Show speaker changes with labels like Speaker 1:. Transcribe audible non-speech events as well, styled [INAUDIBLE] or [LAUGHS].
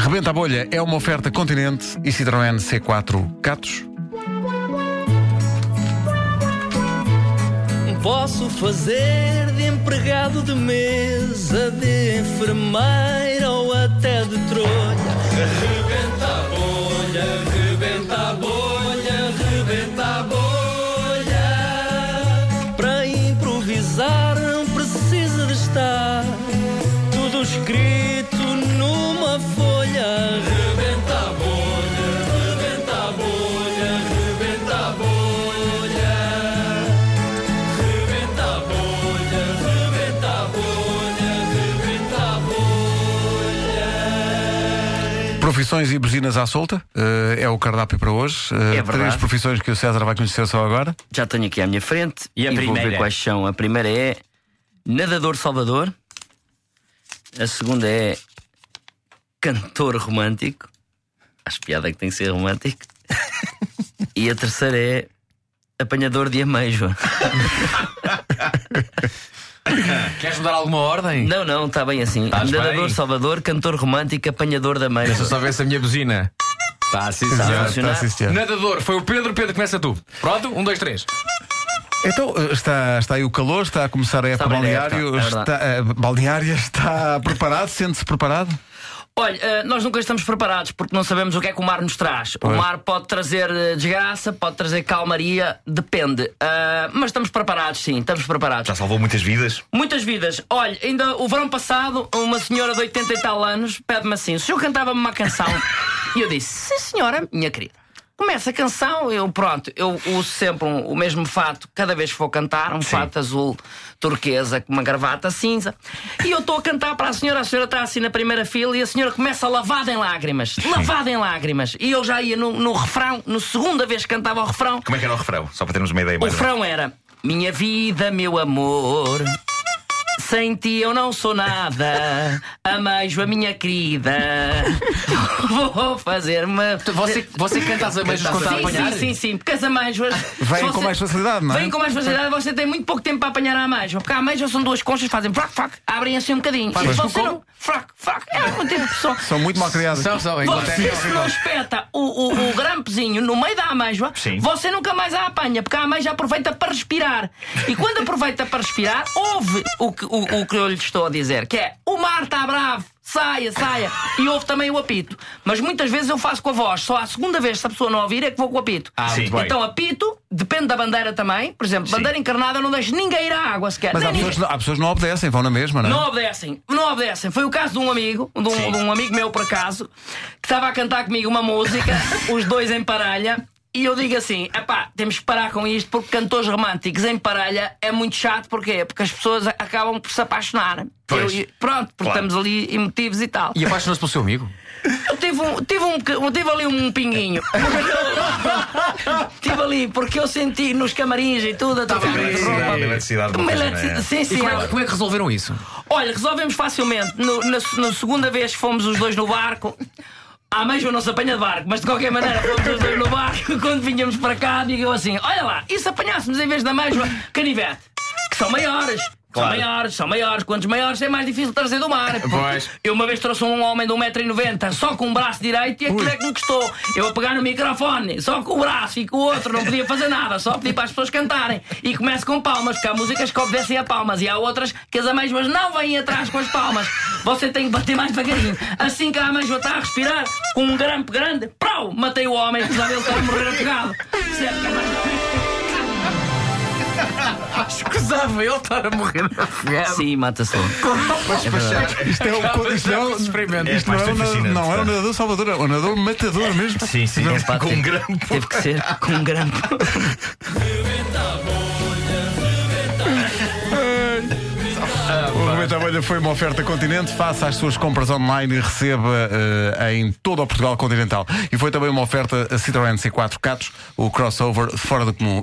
Speaker 1: Rebenta a bolha é uma oferta Continente e Citroën C4 Catos.
Speaker 2: Posso fazer de empregado de mesa, de enfermeira ou até de trolha. Rebenta a bolha, rebenta a bolha, rebenta a bolha. Para improvisar não precisa de estar tudo escrito numa folha. Rebenta a bolha, rebenta a bolha, rebenta a bolha. Rebenta a bolha, rebenta a bolha, rebenta a bolha.
Speaker 1: Profissões e buzinas à solta eh, é o cardápio para hoje. Eh,
Speaker 3: É verdade.
Speaker 1: três profissões que o César vai conhecer só agora.
Speaker 3: Já tenho aqui à minha frente
Speaker 4: E a
Speaker 3: vou
Speaker 4: primeira?
Speaker 3: ver quais são. A primeira é nadador salvador. A segunda é cantor romântico. Acho piada é que tem que ser
Speaker 4: [LAUGHS]
Speaker 3: romântico. e a terceira é apanhador de
Speaker 4: [LAUGHS]
Speaker 3: ameijo.
Speaker 4: Queres mudar alguma ordem?
Speaker 3: Não, não, está bem assim.
Speaker 4: Estás
Speaker 3: nadador
Speaker 4: bem?
Speaker 3: salvador, cantor romântico, apanhador de ameijo.
Speaker 4: Deixa eu só ver se a minha buzina. Tá, sim,
Speaker 3: Está a
Speaker 4: senhor.
Speaker 3: funcionar?
Speaker 1: sim, senhor.
Speaker 4: Nadador, foi o Pedro, Pedro começa tu. Pronto? Um, dois, três.
Speaker 1: Então, eh, está, está aí o calor, está a começar a época
Speaker 3: bem na
Speaker 1: balneário,
Speaker 3: época, é
Speaker 1: está, eh, balneária, está preparado, sente-se preparado?
Speaker 3: Olha, eh, nós nunca estamos preparados porque não sabemos o que é que o mar nos traz. O
Speaker 1: Pois.
Speaker 3: mar pode trazer eh, desgraça, pode trazer calmaria, depende. Ah, mas estamos preparados, sim, estamos preparados.
Speaker 5: Já salvou muitas vidas.
Speaker 3: Muitas vidas. Olha, ainda o verão passado, uma senhora de 80 e tal anos pede-me assim: o senhor cantava-me uma canção? e eu disse: sim, senhora, minha querida. Começa a canção, eu pronto, eu uso sempre um- o mesmo fato, cada vez que vou cantar, um fato azul turquesa com uma gravata cinza. E eu estou a cantar para a senhora, a senhora está assim na primeira fila e a senhora começa lavada em lágrimas, lavada em lágrimas. E eu já ia no, no refrão, no segunda vez que cantava o refrão,
Speaker 5: Como é que era o refrão? Só para termos uma ideia
Speaker 3: o
Speaker 5: mais. ou menos.
Speaker 3: frão era Minha vida, meu amor Sem ti eu não sou nada Amejo a minha querida [LAUGHS] Vou fazer-me
Speaker 4: Então, Você, você canta as ameijas quando está a
Speaker 3: Sim,
Speaker 4: apanhar?
Speaker 3: assim? sim, sim, sim, porque as amêijoas
Speaker 1: Vêm
Speaker 3: se
Speaker 1: com mais facilidade, não é?
Speaker 3: Vêm com mais facilidade, você tem muito pouco tempo para apanhar a amêijoa Porque a amêijoa são duas conchas, fazem frac, frac Abrem assim um bocadinho E
Speaker 4: Fazem
Speaker 3: se
Speaker 4: com
Speaker 3: você
Speaker 4: como?
Speaker 3: não, frac, frac É um tempo só
Speaker 1: São muito mal criados.
Speaker 4: São, são, em
Speaker 3: você
Speaker 4: Inglaterra.
Speaker 3: se não espeta o, o, o grampezinho no meio da amêijoa,
Speaker 5: Sim.
Speaker 3: você nunca mais a apanha, porque a amêijoa aproveita para respirar. E quando aproveita para respirar, ouve o que, o, o que eu lhe estou a dizer, que é o mar está bravo, saia, saia, e ouve também o apito. Mas muitas vezes eu faço com a voz, só a segunda vez, se a pessoa não ouvir, é que vou com o apito.
Speaker 4: Ah,
Speaker 5: Sim.
Speaker 4: muito bem.
Speaker 3: Então apito, depende da bandeira também, por exemplo, bandeira encarnada eu não deixa ninguém ir à água sequer.
Speaker 1: Mas
Speaker 3: nem
Speaker 1: há pessoas,
Speaker 3: ninguém.
Speaker 1: há pessoas que não obedecem, vão na mesma, não é?
Speaker 3: Não obedecem, não obedecem. Foi o caso de um amigo, de um, de um amigo meu por acaso, que estava a cantar comigo uma música, os dois em paralha, e eu digo assim: epá, temos que parar com isto porque cantores românticos em paralha é muito chato, porquê? Porque as pessoas a- acabam por se apaixonar.
Speaker 5: Pois.
Speaker 3: Eu- pronto, porque
Speaker 5: Claro.
Speaker 3: estamos ali emotivos e tal.
Speaker 4: E apaixonou-se pelo seu amigo?
Speaker 3: Eu tive, um, tive, um, boca- eu tive ali um pinguinho. tive ali, porque eu senti nos camarins e tudo, a tocar
Speaker 5: Uma eletricidade, uma eletricidade, uma
Speaker 3: Uma
Speaker 5: coisa,
Speaker 3: eletricidade-
Speaker 5: não é?
Speaker 3: Sim,
Speaker 4: E
Speaker 3: sim.
Speaker 4: como
Speaker 3: ela-
Speaker 4: é, como é que resolveram isso?
Speaker 3: Olha, resolvemos facilmente. No- na, na segunda vez que fomos os dois no barco. À mesma não se apanha de barco, mas de qualquer maneira fomos os dois no barco. [LAUGHS] Quando vinhamos para cá, digo eu assim: olha lá, e se apanhássemos em vez da mesma canivete? Que são maiores.
Speaker 5: Claro.
Speaker 3: São maiores, são maiores. Quantos maiores é mais difícil trazer do mar.
Speaker 4: Pois.
Speaker 3: Eu uma vez trouxe um homem de 1,90m só com um braço direito e aquilo é que me custou. Eu a pegar no microfone, só com o braço e com o outro, não podia fazer nada, só pedi para as pessoas cantarem. E começo com palmas, porque há músicas que obedecem a palmas e há outras que as amêijoas não vêm atrás com as palmas. Você tem que bater mais devagarinho. Assim que a amêijoa está a respirar, com um grampo grande, prau, matei o homem, apesar dele estar a morrer afogado. Percebe que é mais-
Speaker 4: Escusava ele estar a morrer.
Speaker 3: Sim, mata-se.
Speaker 1: Isto é o isto não-
Speaker 4: Experimento.
Speaker 5: É
Speaker 1: isto não
Speaker 5: mais
Speaker 1: é o nadador-
Speaker 5: fascinante,
Speaker 1: não é o
Speaker 5: tá?
Speaker 1: nadador salvador, é o nadador matador mesmo.
Speaker 5: Sim, sim. Com um grampo.
Speaker 3: Teve que ser com um grampo.
Speaker 1: O Rebenta a Bolha foi uma oferta Continente. Faça as suas compras online e receba eh, em todo o Portugal continental. E foi também uma oferta a Citroën C4 Catos, o crossover fora do comum.